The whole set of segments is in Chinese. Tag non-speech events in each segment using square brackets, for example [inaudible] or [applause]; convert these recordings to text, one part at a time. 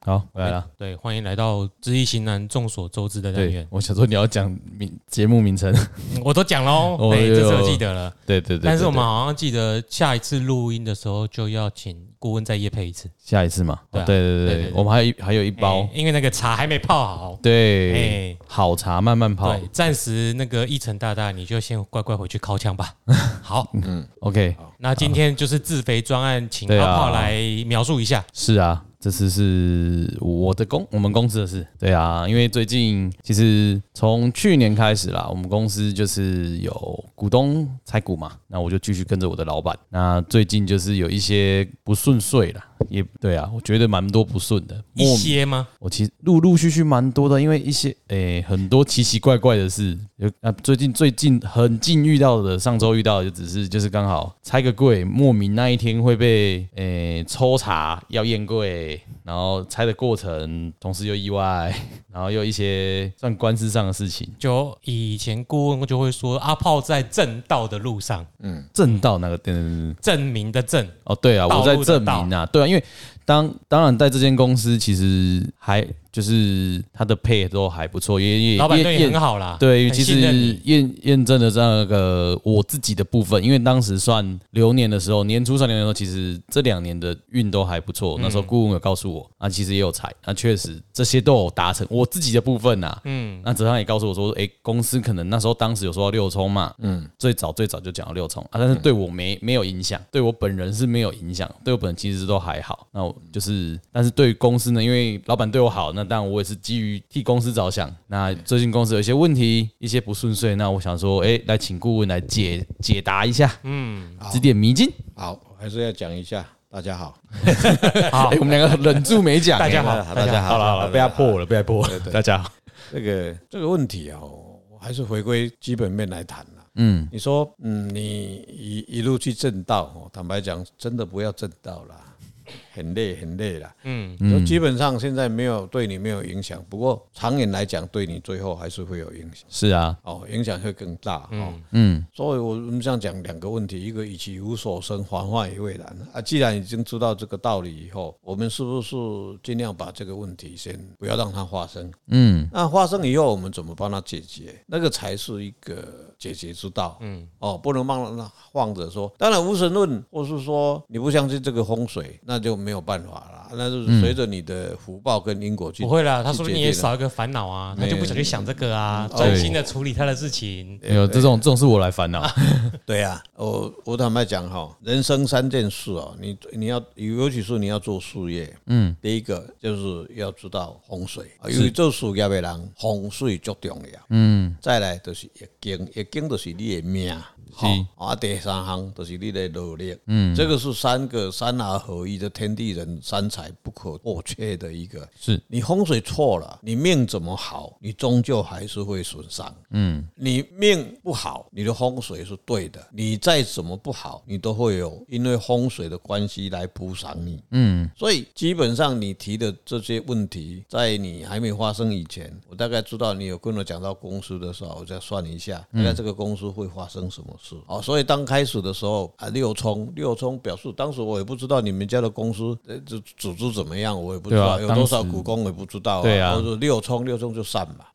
好，回来了。对，欢迎来到知易行难，众所周知的单对元，，我想说你要讲名节目名称，我都讲喽，哦哎，有这次我有记得了。对对对。但是对我们对好像记得下一次录音的时候就要请顾问再夜配一次，下一次嘛，对啊哦对对对对对对，对我们还有一还有一包哎，因为那个茶还没泡好。对，哎，好茶慢慢泡对，。暂时那个一成大大，你就先乖乖回去靠 [laughs] 枪吧。好， OK，那今天就是自肥专案，请对泡啊泡来描述一下。是啊，这次是我的公我们公司的事。对啊，因为最近其实从去年开始啦，我们公司就是有股东拆股嘛，那我就继续跟着我的老板。那最近就是有一些不顺遂啦，也对啊，我觉得蛮多不顺的。一莫些吗？我其实陆陆续续蛮多的，因为一些诶、很多奇奇怪怪的事，有啊最近最近很近遇到的，上周遇到的就只是就是刚好拆个柜，莫名那一天会被诶、抽查要验柜，然后拆的过程，同时又意外， [laughs] 然后又一些算官司上的事情，就以前顾问就会说，阿炮在正道的路上，正道那个对对对对证明的证，哦，对啊，道我路的在证明啊，对啊，因为当当然在这间公司其实还就是他的配都还不错，也也老板也对你也很好啊啦，对，很其信实任你验验证了这样一个我自己的部分，因为当时算流年的时候，年初算流年的时候，其实这两年的运都还不错。嗯那时候顾问有告诉我，啊，其实也有财，那确实这些都有达成我自己的部分呐、嗯，那哲尚也告诉我说，诶，公司可能那时候当时有说到六冲嘛，嗯，最早最早就讲到六冲啊，但是对我没没有影响，对我本人是没有影响，对我本人其实都还好。那我就是，但是对于公司呢，因为老板对我好，那当然我也是基于替公司着想。那最近公司有一些问题，一些不顺遂，那我想说，诶，来请顾问来解解答一下，嗯，指点迷津。好，我还是要讲一下。大家好，好，我们两个忍住没讲。大家诶好，大家好，好了好了，被他破我了，被他破我了。大家好，这个这个问题啊、哦，我还是回归基本面来谈了。嗯，你说，嗯，你一一路去正道，哦，坦白讲，真的不要正道啦，很累很累啦。嗯，就基本上现在没有对你没有影响，不过长远来讲，对你最后还是会有影响。是啊，哦，影响会更大哦。嗯，所以我们这样讲两个问题，一个以其无所生，还患于未然啊。既然已经知道这个道理以后，我们是不是尽量把这个问题先不要让它发生？嗯，那发生以后，我们怎么帮它解决？那个才是一个解决之道。嗯，哦，不能放让放着说，当然无神论，或是说你不相信这个风水，那就没有办法啦。那就是随着你的福报跟因果去。不会啦，他去说决你也定了少一个烦恼啊，他就不想去想这个嗯啊，专心的处理他的事情。没有这种这种是我来烦恼。 [laughs] 对呀、我我坦白讲哈，人生三件事哦，你你要尤其是你要做事业，嗯，第一个就是要知道风水，啊因为做事业的人风水最重要，嗯，再来就是易经，易经就是你的命，好啊，第三行就是你的努力，嗯，这个是三个三而合一的天地人三才不可或缺的一个，是你风水错了，你命怎么好，你终究还是会损伤，嗯你命不好，你的风水是对的，你再怎么不好，你都会有因为风水的关系来补偿你。嗯，所以基本上你提的这些问题，在你还没发生以前，我大概知道你有跟我讲到公司的时候，我再算一下，嗯大概这个公司会发生什么事。哦，所以当开始的时候啊，六冲六冲表示，当时我也不知道你们家的公司呃组组织怎么样，我也不知道、对啊有多少当时股工，我也不知道、对啊或者六冲六冲就散嘛。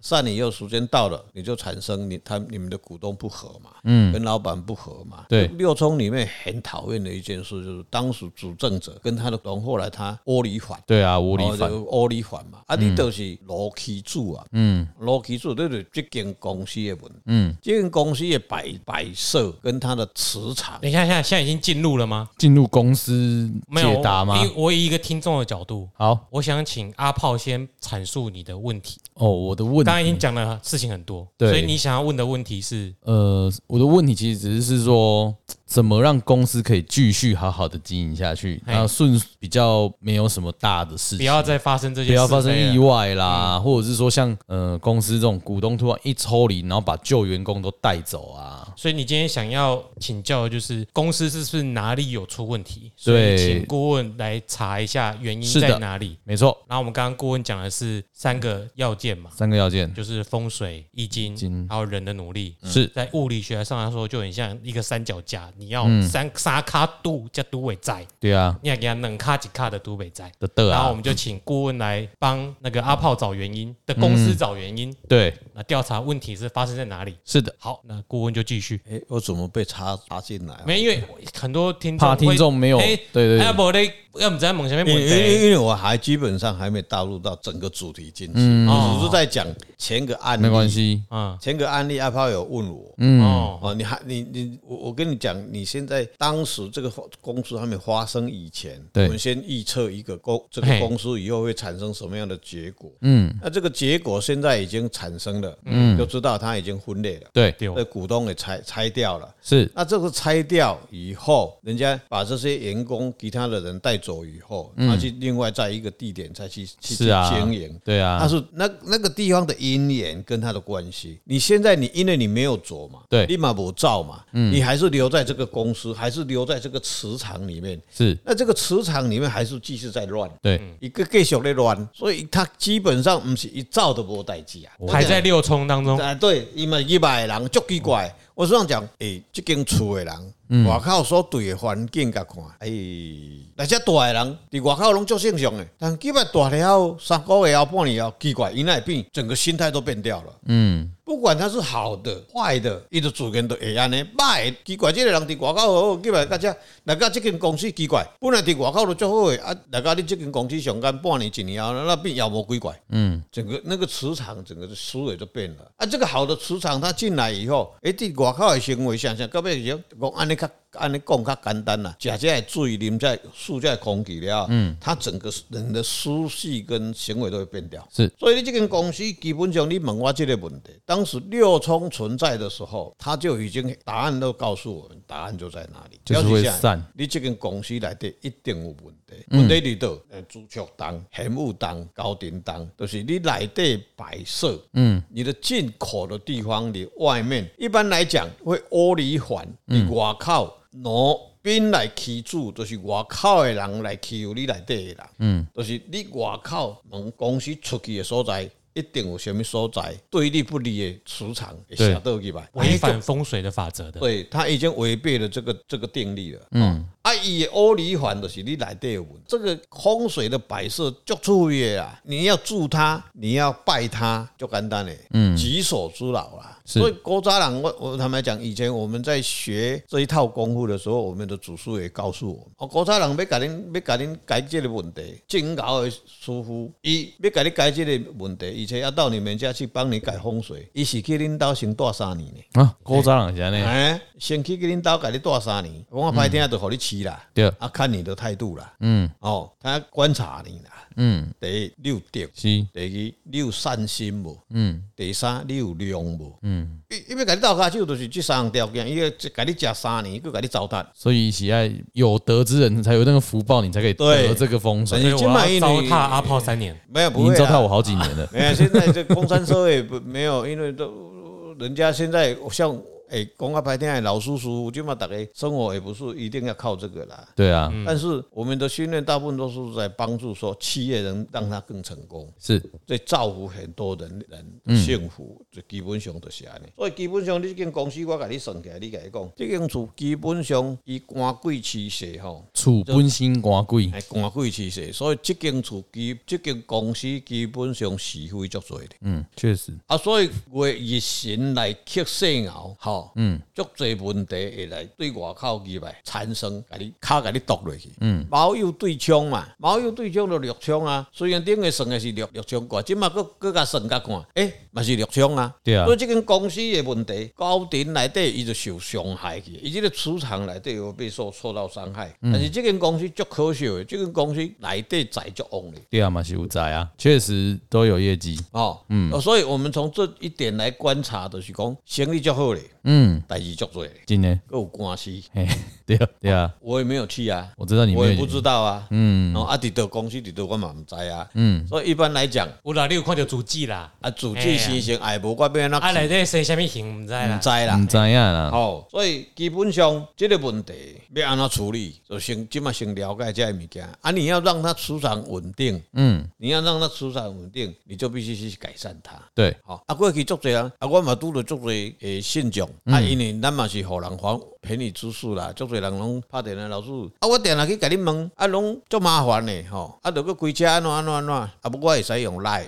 散你又时间到了，你就产生你他你们的股东不和嘛，嗯，跟老板不和嘛。对六冲里面很讨厌的一件事就是当时主政者跟他的股东，后来他窝里反。对啊，无理哦，烦。就窝里反嘛，啊，你就是楼起主啊，嗯，楼起主，这就是这间公司的问，嗯，这间公司的摆摆设跟它的磁场，等一下，现在现在已经进入了吗？进入公司没有解答吗？以我以一个听众的角度，好我想请阿炮先阐述你的问题。哦，我的问刚才已经讲的事情很多，对所以你想要问的问题是，呃，我的问题其实只是是说，怎么让公司可以继续好好的经营下去，嘿然后顺比较没有什么大的事不情。要再发生这些，不要发啊生意。外嗯啦，或者是说像呃公司这种股东突然一抽离，然后把旧员工都带走啊，所以你今天想要请教的就是公司是不是哪里有出问题？所以对请顾问来查一下原因是的在哪里。没错，然后我们刚刚顾问讲的是三个要件嘛，三个要件就是风水、易经，还有人的努力。是在物理学上来说，就很像一个三脚架，你要嗯三三卡度加都尾在，对啊，你要给他冷卡几卡的都尾在。的的然后我啊，们就请顾问来帮那个阿炮找原因嗯的公司找原因，对，那调查问题是发生在哪里。是的，好，那顾问就继续。哎、我怎么被插插进来啊？没，因为很多听众嗯怕听众没有，哎对对哎，对，不嘞，要不在猛前面因为问因为题，因为我还基本上还没踏入到整个主题进去，哦只是在讲前个案例。嗯没关，系，嗯嗯，前个案例阿炮有问我，哦，哦，你还你你我我跟你讲，你现在当时这个公司还没发生以前，对我们先预测一个公这个嘿公司以后会产生什么样的结果。嗯，那这个结果现在已经产生了，嗯，就知道它已经分裂了，对，对那股东也拆拆掉了。是，那这个拆掉以后，人家把这些员工、其他的人带走以后，他去另外在一个地点再去去去嗯是啊经营。对他啊，是那那个地方的因缘跟他的关系。你现在你因为你没有走嘛，对嗯立马不照嘛，你还是留在这个公司，还是留在这个磁场里面。是，那这个磁场里面还是继续在乱，嗯对，一个继续在乱，所以他基本上不是一照都无代志啊，还在六冲当中，啊，对，伊嘛一百人足奇怪。我是这样讲，诶、即间厝的人，外口所对的环境甲看，诶、那些大的人伫外口拢足正常的，但基本大了后三个月后半年后，奇怪，因那变整个心态都变掉了。嗯，不管他是好的、坏的，伊的主人都会安尼。歹的奇怪，即、个人伫外口好好，基本到遮来到即间公司奇怪，本来伫外口都足好诶，啊，来到你即间公司上班半年、一年后，那变妖魔鬼怪。嗯，整个那个磁场，整个的思维就变了。啊，这个好的磁场，他进来以后，诶，伫外口诶行为想想，到尾就讲安尼较安尼讲较简单啦，食这个水、啉这个树、这个空气了，嗯，他整个人的思绪跟行为都会变掉。是，所以你这间公司基本上你问我这个问题，当时六冲存在的时候，他就已经答案都告诉我们，答案就在哪里。就是了解会下来散嗯你这间公司内底一定有问题，问题里头，呃，朱雀当、玄武当、高鼎当，就是你内底摆设，嗯，你的进口的地方，你外面一般来讲会窝里反，你外口挪。兵来欺主，就是外口的人来欺负你内底的人。嗯，就是你外口门公司出去的所在，一定有什么所在对你不利的磁场会对下到去吧？违反风水的法则的，对他已经违背了这个这个定律了。嗯，啊，以欧里环就是你来对文，这个风水的摆设就注意啊，你要住它，你要拜它，就简单嘞。嗯，举手之劳啦。是所以郭扎郎，我我坦白讲，以前我们在学这一套功夫的时候，我们的祖师也告诉我们，哦，郭扎郎要甲恁要甲恁解决的问题，真熬的师傅，伊要甲你解决的问题，而且要到你们家去帮你改风水，伊是去恁家先住三年呢。嗯啊，高渣朗先呢，哎，先去给恁兜甲你带三年，讲我歹听就互你饲啦，嗯对啊，看你的态度啦，嗯哦，他观察你啦，嗯，第一你有德，是，第二你有善心无，嗯第三你有量无，嗯，伊伊要甲你斗骹手，就是这三项条件，伊要甲你食三年，佮甲你糟蹋。所以喜爱有德之人才有那个福报，你才可以对得这个风所水。以我今晚要一糟女蹋阿炮三年，没有已不会经啊糟蹋 [laughs] 我好几年了。没有，现在这工山社会不没有，因为都人家现在像诶，讲较歹听的老叔叔，即嘛大家生活也不是一定要靠这个啦。对啊，但是我们的训练大部分都是在帮助说企业人让他更成功，是在造福很多人人的幸福，就基本上就是安尼。所以基本上你这间公司我甲你算起来，你甲伊讲，这间厝基本上伊官贵气势吼，处本心寡贵，哎官贵气势，所以这间厝基这间公司基本上是非足多的。嗯，确实，啊，所以月日神来克细牛，吼，嗯，足侪问题会来对外口入来产生，甲你骹甲你剁落去，嗯，毛有对冲嘛，毛有对冲就六冲啊，虽然顶个算的是六六冲卦，即嘛佫佫甲算甲看，诶、嘛是六冲啊，对啊所以即间公司的问题，高层内底伊就受伤害去，伊即个磁场内底有被受受到伤害，但是即间公司足可惜的，即间公司内底财足旺的。对啊嘛是有在啊，确实都有业绩。哦，嗯，所以我们从这一点来观察，就是讲生意较好嘞，嗯，代志足多嘞，真的，还有官司，嘿， [laughs] 对啊，对啊，我也没有去啊，我知道你没我有也不知道啊，嗯，哦，啊，伫到公司伫到我嘛唔知啊，嗯，所以一般来讲，有啦，你有看到足迹啦，啊，主治先生哎，无我变啊，哪内底生什么形毋知唔啦知，啦唔，知影啦，哦，所以基本上这个问题要安怎处理，就先即嘛先了解这些物件啊。你要让它磁场稳定，嗯，你要让它磁场稳定，你就必须去改善它。对，好，啊，过去足侪人，啊，我嘛拄着足侪诶信众，啊，因为咱嘛是互人还便宜之术啦，足侪人拢拍电话老师，啊，我电话去甲你问，啊，拢足麻烦诶吼，啊，着搁开车安怎安怎安怎，啊，不过我会使用 live，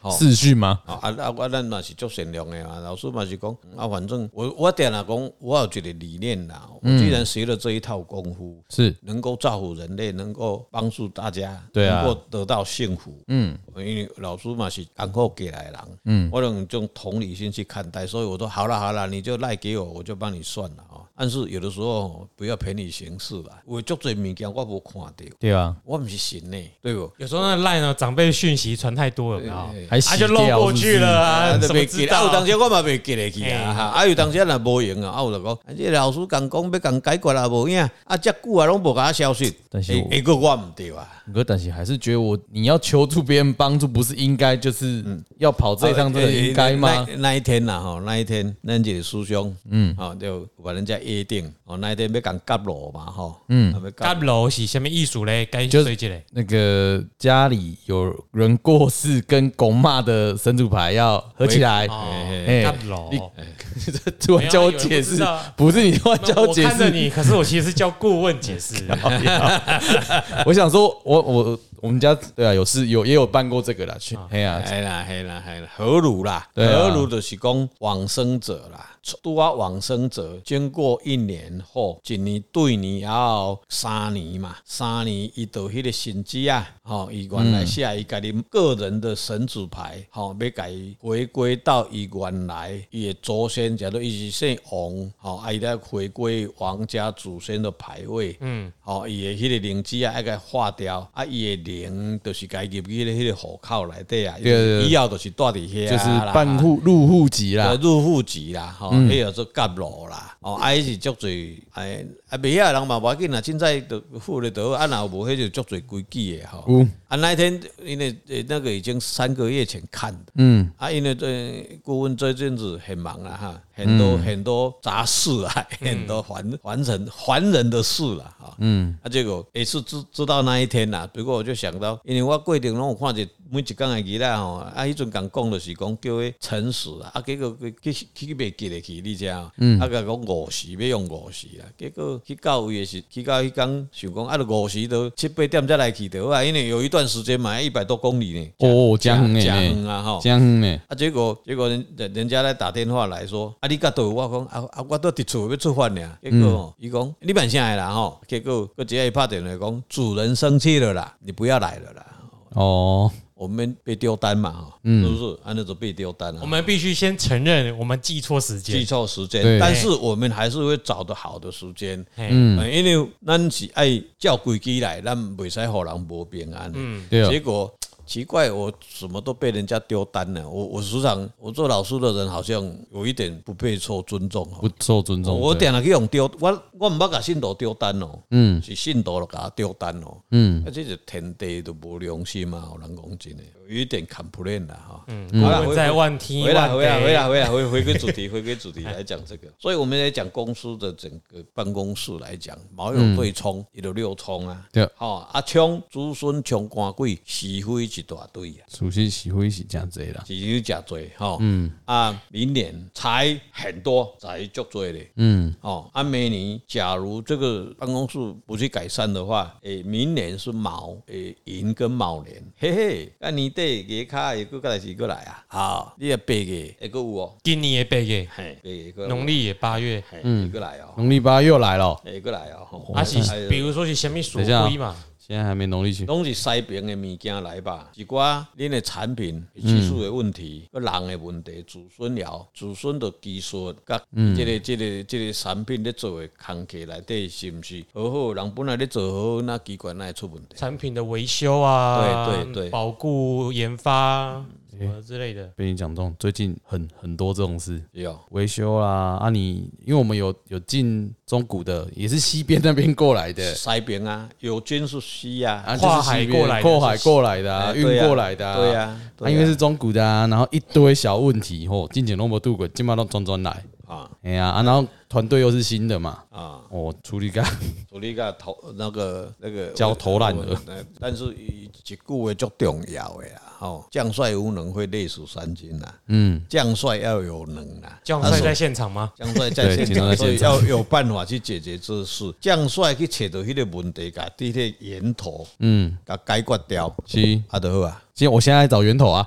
好视讯吗？啊啊啊！我咱嘛是足善良的嘛，老师嘛是讲啊，反正我我定啊讲，我有一个理念啦，我既然学了这一套功夫，是能够造福人类，能够帮助大家，对啊能够得到幸福，嗯，因为老师嘛是刚好给来的人，嗯，我用这种同理心去看待，所以我说好了好了，你就赖给我，我就帮你算了啊。但是有的时候哦不要赔你行事啦，有足侪物件我无看到，对啊，我毋是神呢，对不？有时候那赖呢长辈讯息传太多了，有没有？还啊洗就漏掉过去了啊，啊，你就怎么袂记知得。啊，有道当？时我嘛袂记得去啊，哈啊，有当时若无用啊，啊，有就讲，啊，这老师共讲要共解决也无影，啊，遮久啊拢无甲我消息，但是下我下个我毋对啊。可但是还是觉得我你要求助别人帮助，不是应该就是要跑这一趟，真的应该吗？嗯啊哎呃那那一天啦，吼，那一天咱一个师兄，嗯，吼，就把人家约定，哦，那一天要共夹路嘛，吼，嗯，要甲夹楼是什么艺术嘞？该就是水一嘞，那个家里有人过世跟狗骂的神主牌要合起来，哦哎甲楼。 [laughs] 这突然叫我解释没有啊有人不不知道，是你突然叫那我解看着释，你，可是我其实是叫顾问解释。 [laughs] 哎我想说，我我我们家对啊，有事有也有办过这个啦，哦去哎呀，系啦系啦系啦，何如啦？对啊何如就是讲往生者啦，拄啊往生者，经过一年后，一年对年后三年嘛，三年伊到迄个神迹啊，吼、伊原来写伊家己个人的神主牌，吼、要甲伊回归到伊原来伊的祖先，假如伊是姓王，吼、啊伊来回归王家祖先的牌位，嗯，吼、伊的迄个灵芝啊，要甲化掉，啊，伊的灵就是家入去迄个户口内底啊，对对对以后就是住伫遐就是啦办户入户籍呃哎啦，入户籍啦，吼，迄个做夹路啦，哦，啊，迄是足侪，哎，啊，袂晓的人嘛无要紧啦，凊彩就付咧倒，啊，若有无迄就足侪规矩的吼。啊，那一天因为呃那个已经三个月前看的，嗯，啊，因为这顾问这阵子很忙了哈，很多很多杂事啊，很多 [laughs] 烦烦人烦人的事了哈，嗯，啊，结果也是知知道那一天啦，不过我就想到，因为我过程拢有看见每一工的日啦吼，啊，迄阵共讲就是讲叫伊诚实啊，啊，结果去去去袂记得去，你知道？嗯，啊，甲讲五时要用五时啦，结果去到位的是去到迄工想讲啊，就五时都七八点才来去得啊，因为有一段时间嘛，一百多公里呢，哦，江真哎远，啊吼。江哎，啊，结果结果人人人家来打电话来说，啊，你甲倒，我讲啊啊，我倒伫厝要出发呢。结果哦伊讲、你办啥的啦吼，结果个只一拍电话讲主人生气了啦，你不要来了啦。哦，我们被丢单嘛，哈，嗯是不是？按那种被丢单啊我，们必须先承认我们记错时记间，错时间对，但是我们还是会找到好的时间，嗯，嗯，因为咱是爱照规矩来，咱袂使互人无平安。嗯，对哦结果奇怪，我什么都被人家丢单了。我我时常我做老师的人，好像有一点不被受尊重哦。不受尊重，我对啊定来去用丢，我我毋捌甲信徒丢单哦，嗯，是信徒就甲我丢单哦，嗯，啊，这是天地都无良心啊，有人讲真诶，有一点 complain 啦哈，嗯，顾问在万听回来，万回来，来，回来，回来，回回归主题，回归主题来讲这个。所以我们来讲公司的整个办公室来讲，毛有对冲，也有六冲啊。对吼啊，冲子孙冲官鬼，是非一大堆啊，熟悉喜欢是这样子的啦，是有真多吼。嗯啊，明年财很多，财足多嘞。嗯哦，啊，明年假如这个办公室不去改善的话，诶，明年是卯诶寅跟卯年，嘿嘿，啊，年底月卡也过来是过来啊，好，你也白个，会个有哦。今年也八月，嘿，一个农历也八月，嗯，一个来哦，农历八又来了，一个来哦，吼啊是，哎比如说是什么属等一下啊龟嘛，现在还没农历哦去，拢是西边的物件来吧，一寡恁的产品技术的问题，个人的问题，子孙了，子孙的技术，甲嗯即个即个即个产品咧做的工课内底是毋是好好？人本来咧做好好，那机关那会出问题。产品的维修啊，对对对嗯保固研发，什么之类的。被你讲中，最近很很多这种事，有维修啦啊你，因为我们有有进中古的，也是西边那边过来的，塞边啊，有军是西啊，啊，跨就是西边海过来的跨海过来的啊，哎运对啊过来的啊，对啊对啊，因为啊是中古的啊，然后一堆小问题吼，进前拢无度过，今麦都转转来，啊哎呀啊，然后团队又是新的嘛，啊，哦，处理干，处理个头那个那个焦头烂额我但是一句话足重要的啦，吼，将帅无能会累死三军啊呐，嗯，将帅要有能啊。将帅在现场吗？将帅在现对将帅在场，所以现场要有办法去解决这事。将帅去找到迄个问题，甲对迄个源头，嗯，甲解决掉，是，啊，就好啊。现在我现在还找源头啊，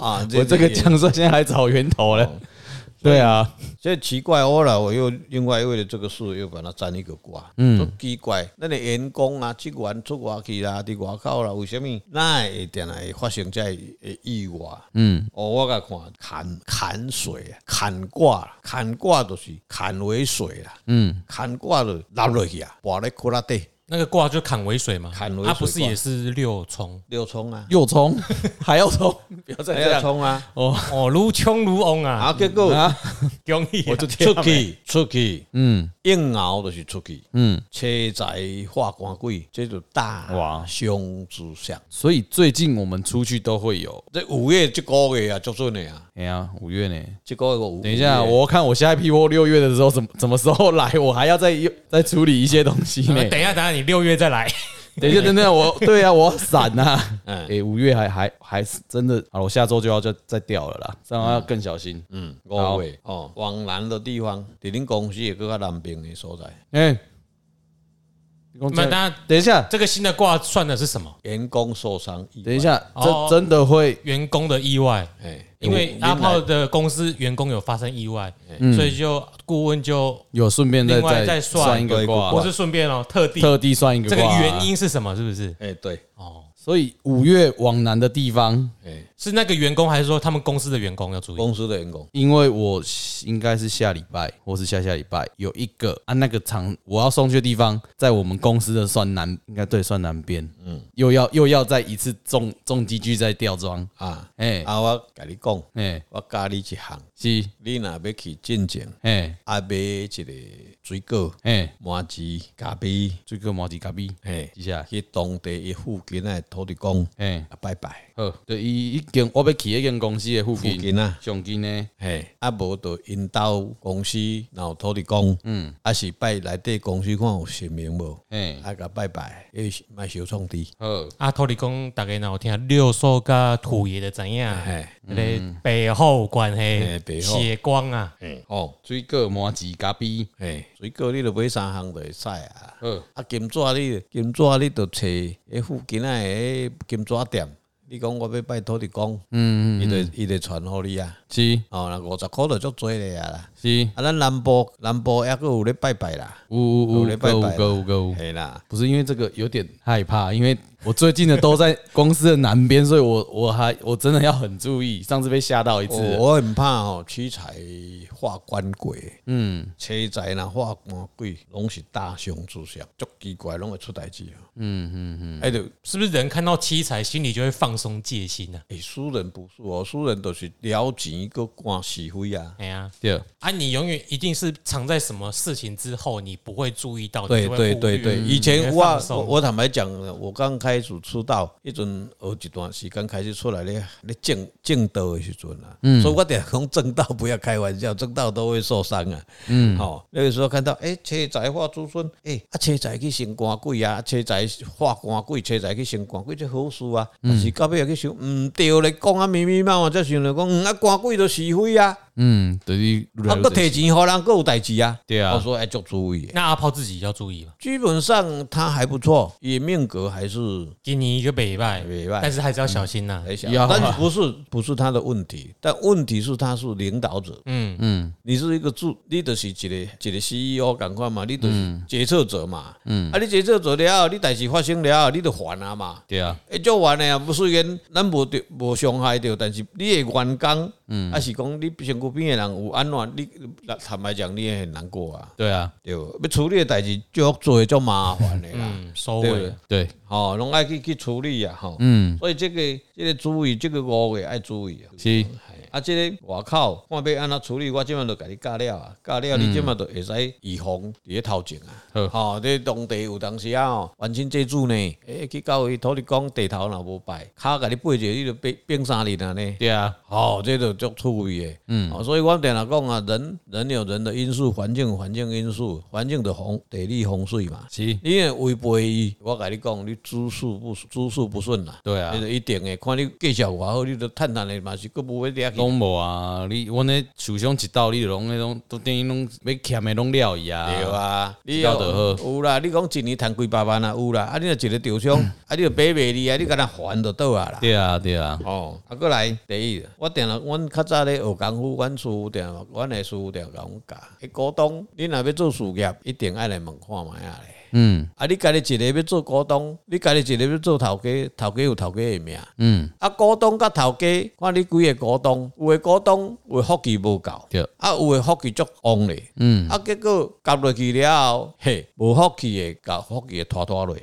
啊， [laughs] 我这个将帅现在还找源头嘞， [laughs] 对啊，这奇怪哦了，我又另外为了这个事又把它沾一个瓜，嗯，很奇怪，那你员工啊、职员出外去啦、伫外口啦，为什么那会定会发生这的意外？嗯，哦，我甲看砍砍水啊，砍挂啦，砍挂就是砍为水啦，嗯，砍挂就落落去啊，挂咧裤拉底那个挂就砍尾水嘛，砍尾水它不是挂也是六冲溜 [laughs] 冲啊，又冲还要冲，不要再这溜样冲 [laughs] 啊，哦，哦，如冲如翁啊，啊，结果啊，容易我就出去出去，嗯硬熬就是出去，嗯，车载化官鬼，这就大哇凶之相。所以最近我们出去都会有，这五月这个月啊，足准的啊，哎呀，五月呢。这个月五。等一下，五月我看我下一批货六月的时候，怎么怎么时候来，我还要再 [laughs] 再处理一些东西呢。啊等一下，等一下，你六月再来。等一下，等等，我 [laughs] 对啊，我要闪呐、啊。嗯诶、五月还还还是真的，好，我下周就要再再掉了啦，这样要更小心。嗯五月哦，往南的地方，伫恁公司也搁较南边的所在，哎、你讲那这大家等一下，这个新的挂算的是什么？员工受伤意外。等一，下，这、哦真的会员工的意外，哎，因为阿炮的公司员工有发生意外，嗯所以就顾问就有顺便再另外再再算算一多个一个卦卦或，是顺便哦，特地特地算一个这卦、啊个原，因是什么？是不是？哎对，哦，所以五月往南的地方，哎，是那个员工还是说他们公司的员工要注意？公司的员工，因为我应该是下礼拜或是下下礼拜有一个啊，那个厂我要送去的地方，在我们公司的算南，应该对，算南边。嗯，又要又要再一次重重机具再吊装。啊哎啊，我甲你讲，哎，我教你一项，是你若要去进前，哎啊买一个水果、哎，麻糍、咖啡，最个毛几咖啡，哎，记下来。去当地的附近的土地公，哎，啊拜拜，好，就伊已经我要去迄间公司的附附近，近啊。上近呢，嘿，啊无就因兜公司然后土地公，嗯，啊是拜内底公司看有神明无，哎，啊甲拜拜，诶，卖小创治，好，阿啊托里公大概有听六兽跟土爷的怎样？啊嘿，那个背后有关嘿系，嗯哎背后血光啊，哦，水果毛几咖啡，嘿，水果你就买三项就会使啊，好，啊金纸你金纸你就找诶附近仔诶金纸店，你讲我要拜土地公，嗯，伊就伊就传互你啊，是哦，那五十箍就足多咧啊啦，是，啊咱南部南部抑佫有咧拜拜啦，呜呜有呜，咧拜够拜啦，够够。嘿啦，不是因为这个有点害怕，因为我最近的都在公司的南边，所以我我还我真的要很注意。上次被吓到一次哦我了，我很怕吼、七彩化官鬼，嗯，七彩若化官鬼拢是大凶之相，足奇怪拢会出代志。嗯嗯嗯，哎、就。是不是人看到七彩心里就会放松戒心啊呢？哎，输人不是哦，输人就是了钱个管是非啊。哎呀，对，啊，你永远一定是藏在什么事情之后，你不会注意到，对你会对忽对略嗯对，以你前会我啊放我松我坦白讲，啊我刚开始出道，迄阵学一段时间开始出来咧咧正正道的时阵啊，所以我得讲正道不要开玩笑，正道都会受伤啊。嗯，好、那个时候看到诶，车仔画子孙，诶、啊车仔去升官贵啊，啊车仔画官贵，车仔去升官贵，这好事啊。但是到尾又去想，嗯，对咧，讲啊迷迷茫茫，才想着讲，嗯啊官贵都是非啊，嗯，等于啊，搁摕钱互人，搁有代志啊。对啊我说哎，足注意的。那阿炮自己要注意了，基本上他还不错，也命格还是给你一个北拜，哎北拜嗯哎但是还是要小心呐、还小要，啊但是不是不是他的问题，但问题是他是领导者，嗯，嗯，你是一个主，你就是一个一个 CEO 赶快嘛，你就是决策者嘛，嗯，啊，你决策者了后，你代志发生了后，你就还啊嘛，对啊，会做完的啊，不虽然咱无着无伤害着，但是你的员工，嗯，还是讲你身躯边的人有安怎，你坦白讲，你也很难过啊，对啊，对不，要处理的代志足做足麻烦的啦，嗯，收对不尾。对，吼，拢爱去去处理啊，吼，嗯，所以这个这个注意，这个五月爱注意啊。是，啊，这个外口看要安怎处理，我即满就甲你教了啊，教了你即满就会使预防伫咧头前嗯好啊。吼，你当地有当时啊，吼，完全祭祖呢，诶，去到伊土地公地头若无拜，骹甲你背者，你就变变三日啊呢。对啊，吼，这就足趣味诶。嗯，哦，所以我定常讲啊，人人有人的因素，环境有环境因素，环境的风地理风水嘛。是，你若违背伊，我甲你讲，你诸事不诸事不顺啦。对啊那，就一定诶，看你介绍偌好，你都趁趁诶嘛是佫无要掠去。拢无啊，你阮咧受伤一道，你就拢迄种都等于拢要欠的拢了伊啊，对啊，你知道就好嗯有啦，你讲一年赚几百万啊，有啦，啊你若一个调商，啊你就买袂离啊，你敢若还就倒啊啦。对啊，对啊，哦，啊，过来第一，我定了，阮较早咧学功夫，阮师傅定了，阮诶师傅定甲阮教。诶，股东，你若要做事业，一定爱来问看卖啊咧。嗯啊，你家己一个要做股东，你家己一个要做头家，头家有头家诶命。嗯，啊，股东甲头家，看你几个股东，有诶股东有的福气无够，对，啊有诶福气足旺咧，嗯，啊结果夹落去了后，嘿，无福气诶，甲福气诶拖拖 [laughs] 落，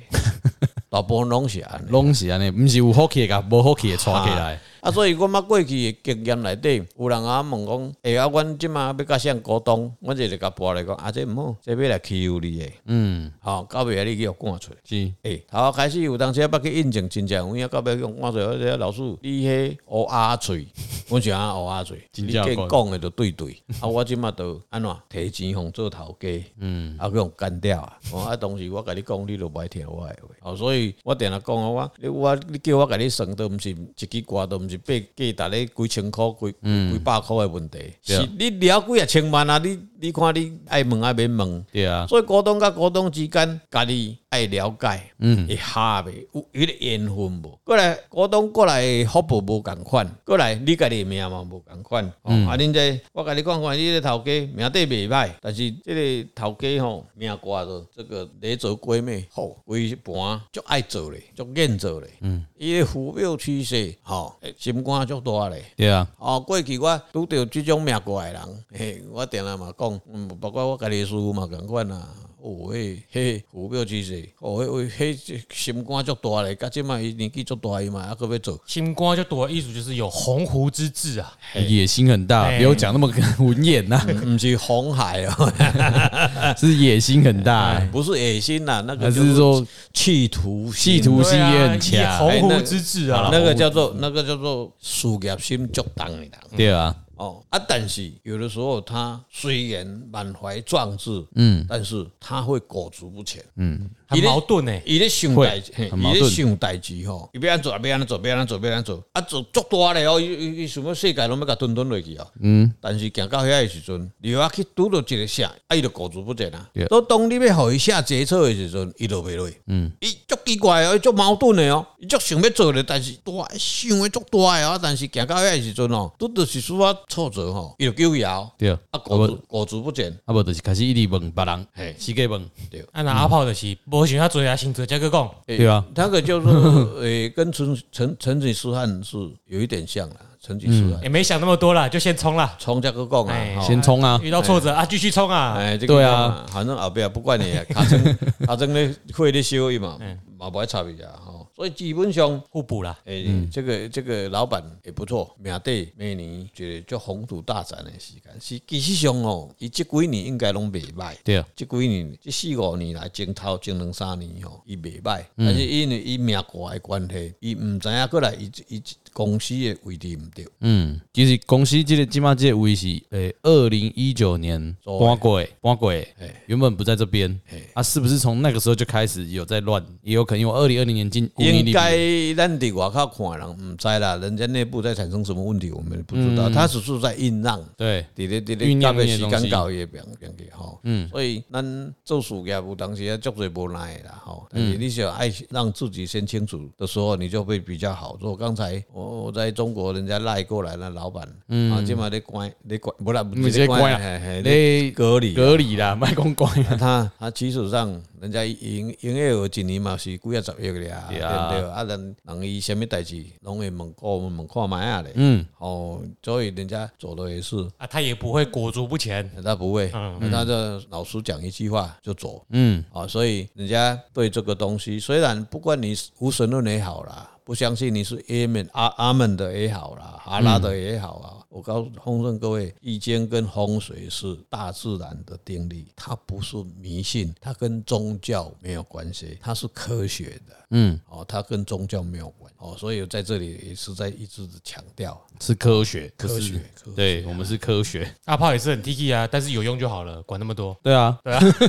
大部分拢是安尼。拢是安尼，毋是有福气甲无福气的带起来，啊，所以我捌过去诶经验内底，有人啊问讲，哎、啊，阮即马要甲啥股东，阮就直甲跋来讲，啊，这毋好，这要来欺负你诶，嗯，吼、到尾啊你去互赶出来。是，诶、头头开始有当时啊捌去印证真正有影，到尾讲我说迄个老师，你迄乌鸦嘴，阮是安乌鸦嘴，真你正见有讲的就对对，啊，我即马都安怎提钱互做头家，嗯，啊，去互干掉啊，哦啊，当时我甲你讲，你就无爱听我的话，哦，所以我定定讲啊，我你我你叫我甲你算都毋是一支歌，都毋是八价值咧几千箍、几几百箍的问题，嗯对是你了几啊千万啊，你你看你爱问爱免问。对啊，所以股东甲股东之间，家己爱了解，嗯，会合袂，有有个缘分无？过来股东过来的福报无共款，过来你家己的命嘛无共款。哦，啊，恁这我甲你讲看，你这头家命底袂歹，但是即个头家吼命挂着这个雷泽龟妹，好规盘足爱做咧，足瘾做咧，嗯，伊的虎表趋势，吼、心肝足大咧。对啊，哦，过去我拄着即种命怪的人，嘿，我定来嘛讲，嗯，包括我家己的师傅嘛共款啊。哦，迄迄虎表之势，哦，迄迄心肝足大咧，甲即摆伊年纪足大伊嘛，啊还佫要做。新瓜就多的意思就是有鸿鹄之志啊，野心很大，嘿不要讲那么文言啊呐，毋嗯是红海哦， [laughs] 是野心很大， [laughs] 不是野心啦，那个还就是说企图心企图对心啊也很强，鸿哎那鹄个之志啊啊，那个叫做那个叫做事业心足重的人。对啊，哦啊，但是有的时候他虽然满怀壮志，嗯，但是他会裹足不前，嗯，很矛盾欸呢、伊咧想代，志，嘿很矛伊盾咧想代志吼，伊要安做，要安做，要安做，要安做，啊做足大咧哦，伊伊伊想要世界拢要甲吞吞落去哦。嗯，但是行到遐诶时阵，你要去拄到一个啥，啊伊就裹足不前啊对。所以当你要互伊下决策诶时阵，伊就袂落。嗯，伊足奇怪哦，伊足矛盾诶哦，伊足想要做咧，但是大想诶足大诶哦，但是行到遐诶时阵哦，拄到是说啊挫折吼，伊就纠摇，对啊，啊裹足裹足不前，啊无就是开始一直问别人，嘿，四界问，对。啊，那阿炮嗯就是无想遐做啊，先做这个讲，对啊，哎那个 [laughs] 叫做诶、跟成成成吉思汗是有一点像啦，成吉嗯思汗也没想那么多啦，就先冲啦。从这个讲哎啊，吼先冲啊，遇到挫折啊，继续冲啊！哎，这对个啊讲嘛，反正后壁不管你，啊卡正 [laughs] 卡正咧会咧烧伊嘛，嘛不爱插伊啊，吼，所以基本上。互补啦，诶、这个这个老板也不错，命底每年觉得叫宏图大展的时间，是其实上哦，伊这几年应该拢袂歹，对啊，即几年，即四五年来，前头前两三年吼，伊袂歹，但是因为伊命挂的关系，伊毋知影过来，伊伊公司的位置毋对，嗯，其实公司这个即码这个位是诶，二零一九年做搬过的搬过的嘿，原本不在这边，啊，是不是从那个时候就开始有在乱？也有可能因为二零二零年进五年应里该咱伫外口看的人毋知啦，人家内部在产生什么问题，我们不知道，他只是在酝酿。对伫咧伫酝咧，酿到那个些时东西间到伊会变变去吼。嗯，所以咱做事业有当时啊，足侪无嗯奈的啦吼。但是你想爱让自己先清楚的时候，你就会比较好。如果刚才我我我在中国人家赖过来那老板，嗯啊，今嘛在关在关，不啦，你这乖嘿啦，嘿啊你隔离隔离啦， [laughs] 卖公 [laughs] 关啦。啊他他基础上人家营营业额一年嘛是几啊十亿个呀，对对不啊对？啊，人人伊什么代志拢会问顾问问看卖啊咧，嗯，哦，所以人家做的也是。啊，他也不会裹足不前，他不会，嗯他的老师讲一句话就走，嗯，啊，所以人家对这个东西，虽然不管你是无神论也好啦，不相信你是 A 门阿阿门的也好啦，哈拉的也好啊，我告诉奉劝各位，易经跟风水是大自然的定律，它不是迷信，它跟宗教没有关系，它是科学的，嗯，哦，它跟宗教没有关，哦，所以在这里也是在一直地强调是科学，科不学是科学对我们是科学，阿炮也是很 T K 啊，但是有用就好了，管那么多。对啊，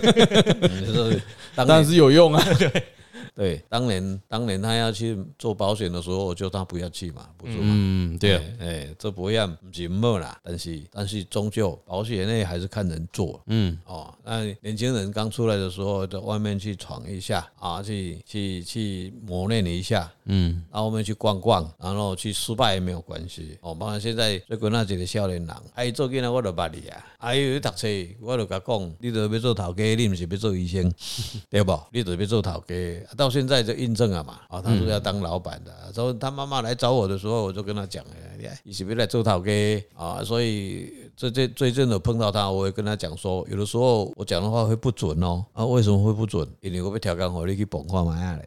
嗯就是当当然是有用啊。对，当年当年他要去做保险的时候，我就他不要去嘛，不做嘛。嗯，对啊，哎、这不要不是没啦，但是但是终究保险类还是看人做，嗯哦，那年轻人刚出来的时候，在外面去闯一下啊，去去去磨练一下，嗯，到后面去逛逛，然后去失败也没有关系哦。包括现在最近那几个少年人，哎、做囡仔我就捌你啊，哎呦，读册我就甲讲，你都要做头家，你毋是要做医生。对不？你准备做讨给，到现在就印证了嘛。啊，他说要当老板的，所以他妈妈来找我的时候，我就跟他讲，哎你你是不是来做讨给啊？所以最近最近有碰到他，我会跟他讲说，有的时候我讲的话会不准哦。啊，为什么会不准？因为我被调岗后，你去捧看买下嘞。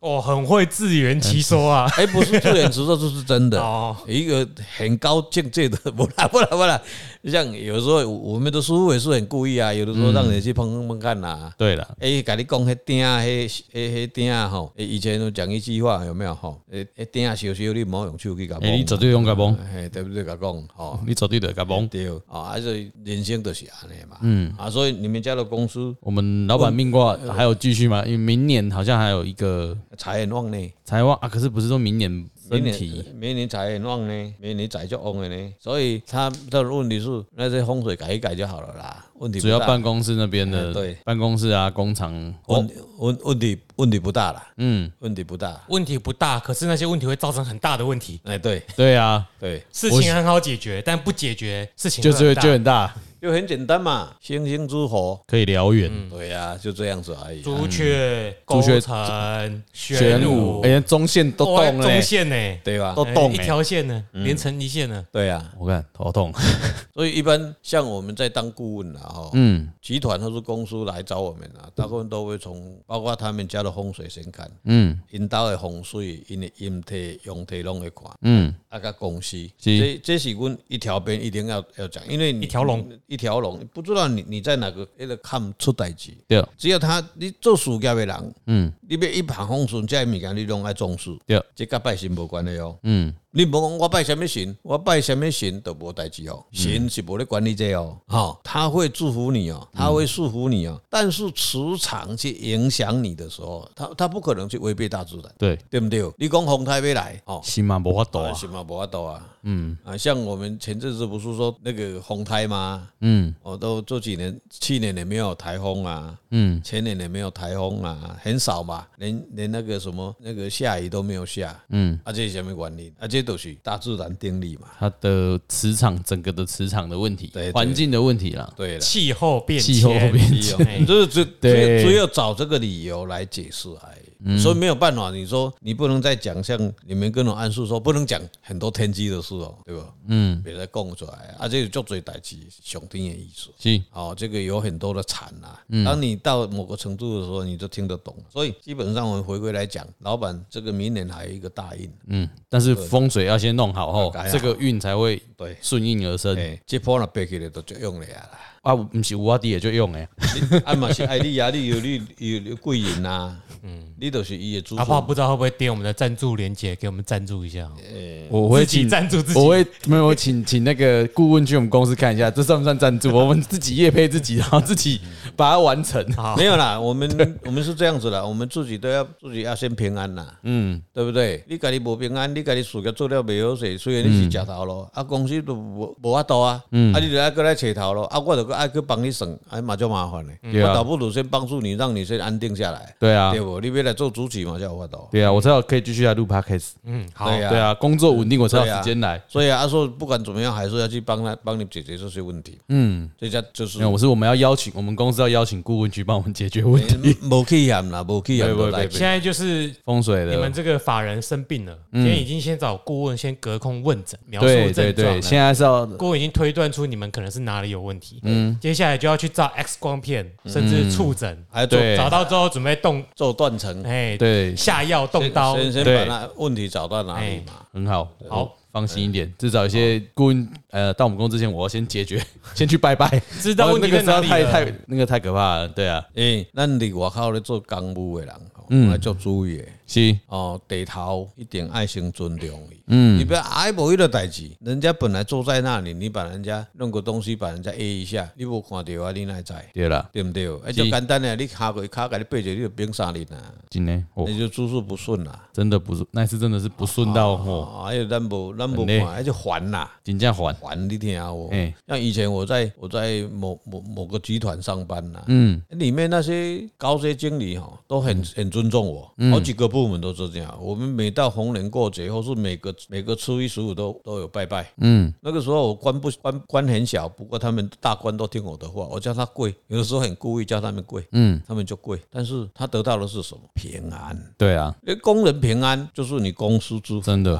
哦，很会自圆其说啊。哎，不是自言自说，这是真的。哦一个很高境界的，不啦不啦不啦，像有时候我们的师傅也是很故意啊，有的时候让你去碰碰看呐、对了，诶，甲你讲迄鼎啊，迄迄迄鼎啊吼，诶，以前有讲一句话有没有吼？诶，迄鼎啊，小小你莫用手机甲哎，你摸绝，对用嘎嘣，嘿，对不对？甲讲吼。你绝对的嘎嘣。对，啊，啊，所以人生就是安尼嘛，嗯，啊，所以你们家的公司我们老板命卦还有继续吗？因为明年好像还有一个财很旺呢，财旺啊，可是不是说明年身明体？年明年财很旺呢，明年财就旺的呢，所以他的问题是那些风水改一改就好了啦，问题不主要大办公室那边的哎对办公室啊，工厂问问问题问题不大啦，嗯，问题不大， [laughs] 问题不大，可是那些问题会造成很大的问题。哎，对对啊，对，事情很好解决，但不解决事情就会是很大就很大，就很简单嘛，星星之火，可以燎原。对呀、就这样子而已、啊朱雀、嗯朱朱雀雀、城、玄玄武，武，哎，中线都哦动了中欸，线呢，对吧？都动哎一欸条线呢，连成一线呢。对呀、我看头痛。 [laughs] 所以一般像我们在当顾问啊，哈，嗯，集团或是公司来找我们啊，大部分都会从包括他们家的风水先看，嗯，因家的风水、因的阴体、阳体拢会看，嗯，啊，甲公司，这这是阮一条边一定要要讲，因为你一条龙，一条龙，不知道你你在哪个那个看出代志，对只要他你做事业的人，嗯，你要一帆风顺，这些物件你拢爱重视，对，这甲拜神无关系哦，嗯，你无讲我拜什么神，我拜什么神都无代志哦，神是无咧管理这个哦，哈、他会祝福你哦，他会束缚你哦，但是磁场去影响你的时候，他他不可能去违背大自然，对，对不对？你讲风台要来哦。心嘛无法度啊，什么无法度啊？嗯啊，像我们前阵子不是说那个红台吗？嗯，我、都这几年，去年也没有台风啊，嗯，前年也没有台风啊，很少嘛，连连那个什么那个下雨都没有下，嗯，啊，这是什么原因？啊，这都是大自然定律嘛，它的磁场整个的磁场的问题对，对环境的问题啦。对 [laughs] 了。气候变啊气候变迁，迁哎就是只只对只有找这个理由来解释而已，所以没有办法。你说你不能再讲像你们跟我暗示说不能讲很多天机的事哦，对吧？嗯，别再讲出来，啊，这有足多代志，上天的意思。是，哦，这个有很多的禅啊。当你到某个程度的时候，你就听得懂。所以基本上我们回归来讲，老板这个明年还有一个大印，嗯，但是风水要先弄好后改，好这个运才会对，顺应而生哎，这波那背起来都就用了呀啦。啊。不是我弟也就用哎，你啊嘛是爱你啊，你有你有有贵人呐，嗯，你都是伊的主。阿啊炮不知道会不会点我们的赞助连接，给我们赞助一下哦，哎我会自己请赞助自己我会没有我请请那个顾问去我们公司看一下，这算不算赞助？我们自己业配自己，然后自己把它完 [laughs] 成。没有啦，我们我们是这样子啦，我们自己都要自己要先平安啦，嗯，对不对？你家己无平安，你家己事业做了未好势，虽然你是食头嗯咯，啊公司都无无法度啊，啊你就要过来找头咯，啊我就爱去帮你算，哎嘛就麻烦嘞，对啊我倒不如先帮助你，让你先安定下来，对啊对不？无？你要来做主持嘛，才有法度。对啊，我才有可以继续来录 podcast。嗯，好，对对啊，啊，工作稳定我才有对啊时间来。所以啊，说不管怎么样，还是要去帮他帮你解决这些问题。嗯，这家就是没有，我是我们要邀请我们公司要邀请顾问去帮我们解决问题，无去嫌啦，无去嫌不会就不来会。现在就是风水你的们。这个法人生病了，今天已经先找顾问先隔空问诊，描述嗯对对症状对，现了。在是要顾问已经推断出你们可能是哪里有问题，嗯，接下来就要去照 X 光片，嗯甚至触诊，还做对找到之后准备动，做断层，哎，对下药动刀，先先对把那问题找到哪里嘛？很好，好，放心一点，至少有些顾问呃到我们公司之前，我要先解决， [laughs] 先去拜拜，知道哦问题 [laughs] 那个实在在哪里太了。太那个太可怕了，对啊，诶，咱伫外口咧做公务的人，嗯，要做注意的。是，哦，地头一定爱先尊重伊，嗯，你不要爱无迄个代志，人家本来坐在那里，你把人家弄个东西把人家 A 一下，你无看到啊，你哪会知？对了，对不对？哎，就简单诶，你卡过卡给你背着，你就变啥人啊？今天我你就诸事不顺啦。真的不是那次真的是不顺道哦，哦，还有咱无咱无很累看，哎就还啦。金价还，还你听啊我哎，像以前我在我在某某某个集团上班呐、嗯，里面那些高阶经理哈都很很尊重我，好几个部门都是这样。我们每到逢年过节，或是每个每个初一十五都都有拜拜。嗯，那个时候我官不官官很小，不过他们大官都听我的话，我叫他跪，有的时候很故意叫他们跪，嗯，他们就跪，但是他得到的是什么？平安。对啊，因为工人平安就是你公司之福真的，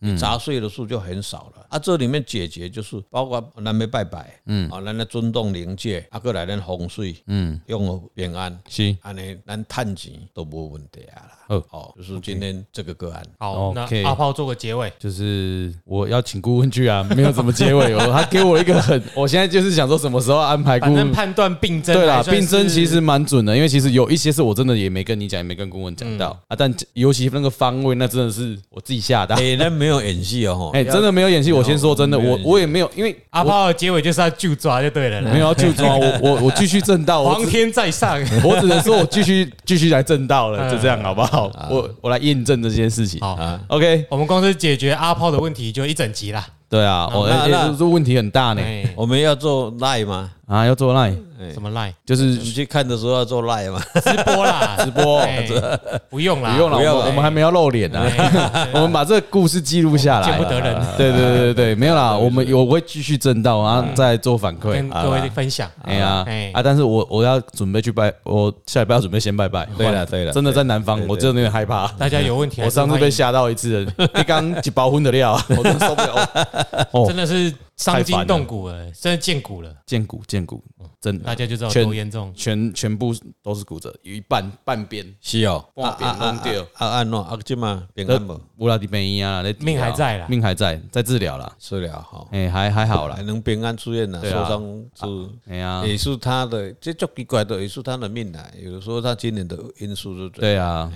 你杂碎的数就很少了啊。这里面解决就是包括咱们拜拜，嗯，啊，咱来尊重灵界，啊，过来咱风水，嗯，用好平安，是安尼咱趁钱都无问题啊啦。好哦，就是今天这个个案，好，那 OK 嗯阿炮做个结尾，就是我要请顾问去啊， [laughs] 没有怎么结尾哦，他给我一个很， [laughs] 我现在就是想说什么时候安排顾反问正。判断病症对啦，还算是病症其实蛮准的，因为其实有一些是我真的也没跟你讲，也没跟顾问讲到、啊。但尤其那个方位，那真的是我自己吓 [laughs] 到。哎、哎诶，咱没有演戏哦，吼，真的没有演戏，我先说真的，我我也没有，因为阿炮的结尾就是要就抓就对了啦，没有要救庄，我我我继续正道，我皇只天在 [laughs] 上，我只能说我继 [laughs] 续继续来正道了，就这样好不好？我我来验证这件事情。嗯好。 OK，我们公司解决阿炮的问题就一整集啦。对啊，我那哎那这这问题很大呢哎、我们要做赖吗？啊，要做 line 什么 line 就是你们去看的时候要做赖吗？直播啦，直播哎 [laughs] 不用啦，哦不用了，不要我们了我们还没要露脸呢、啊哎 [laughs] 我们把这个故事记录下来，见不得 [laughs] 人嗯对对对对对，没有啦，我们有我会继续正道，然后再做反馈跟。各位分享。哎呀哎啊！但是我我要准备去拜，我下礼拜要准备先拜拜。对了对了真的在南方，对对我真的有点害怕。大家有问题还我是欢上迎，次被吓到一次，一缸几包荤的料，啊我真的受不了。真哦，的是伤筋动骨了，真的见骨了，见骨见骨，真大的家就知道全多严重。全全部都是骨折，有一半半边是哦，半边弄掉。啊安喏，啊即嘛平安无？乌拉迪梅伊啊，在治疗命还在啦命还在，在治疗啦。是了哈，哎，还还好啦还。能平安出院呢，对受啊伤是。哎呀，也是他的，这就奇怪的，也是他的命来。有的时候他今年的因素就这样对啊，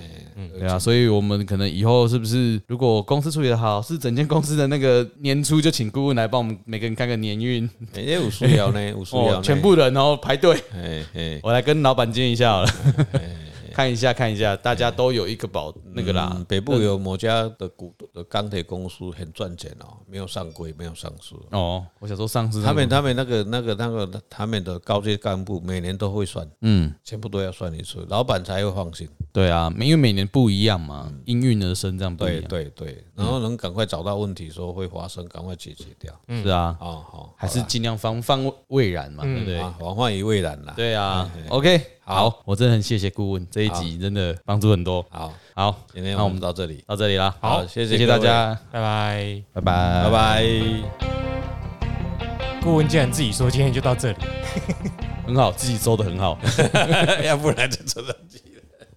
对啊，所以我们可能以后是不是，如果公司处理的好，是整间公司的那个年初就请顾问来帮我们每个人看个年运哎、欸，有 [laughs] 需要呢，有需要哦呢，，全部人然后排队，哎哎，我来跟老板见一下好了， [laughs] 看一下看一下，大家都有一个保那个啦嗯，北部有某家的股的钢铁公司很赚钱哦，没有上规，没有上市。哦，我想说上司他们他们那个那个那个他们的高阶干部每年都会算，嗯，全部都要算一次，老板才会放心。对啊，因为每年不一样嘛，应运而生这样不一嗯对样，对对，然后能赶快找到问题，说会发生，赶快解决掉。是啊，哦好，还是尽量防范未然嘛，对不对？啊，防患于未然啦。对啊，OK，好，我真的很谢谢顾问，这一集真的帮助很多。好，好，今天那我我们们到这里，到这里啦。好谢谢谢大各位家，拜拜。拜拜，拜。拜。顾问竟然自 [laughs] 己说今天就到这里。很好，自己收的很好。要不然就真的。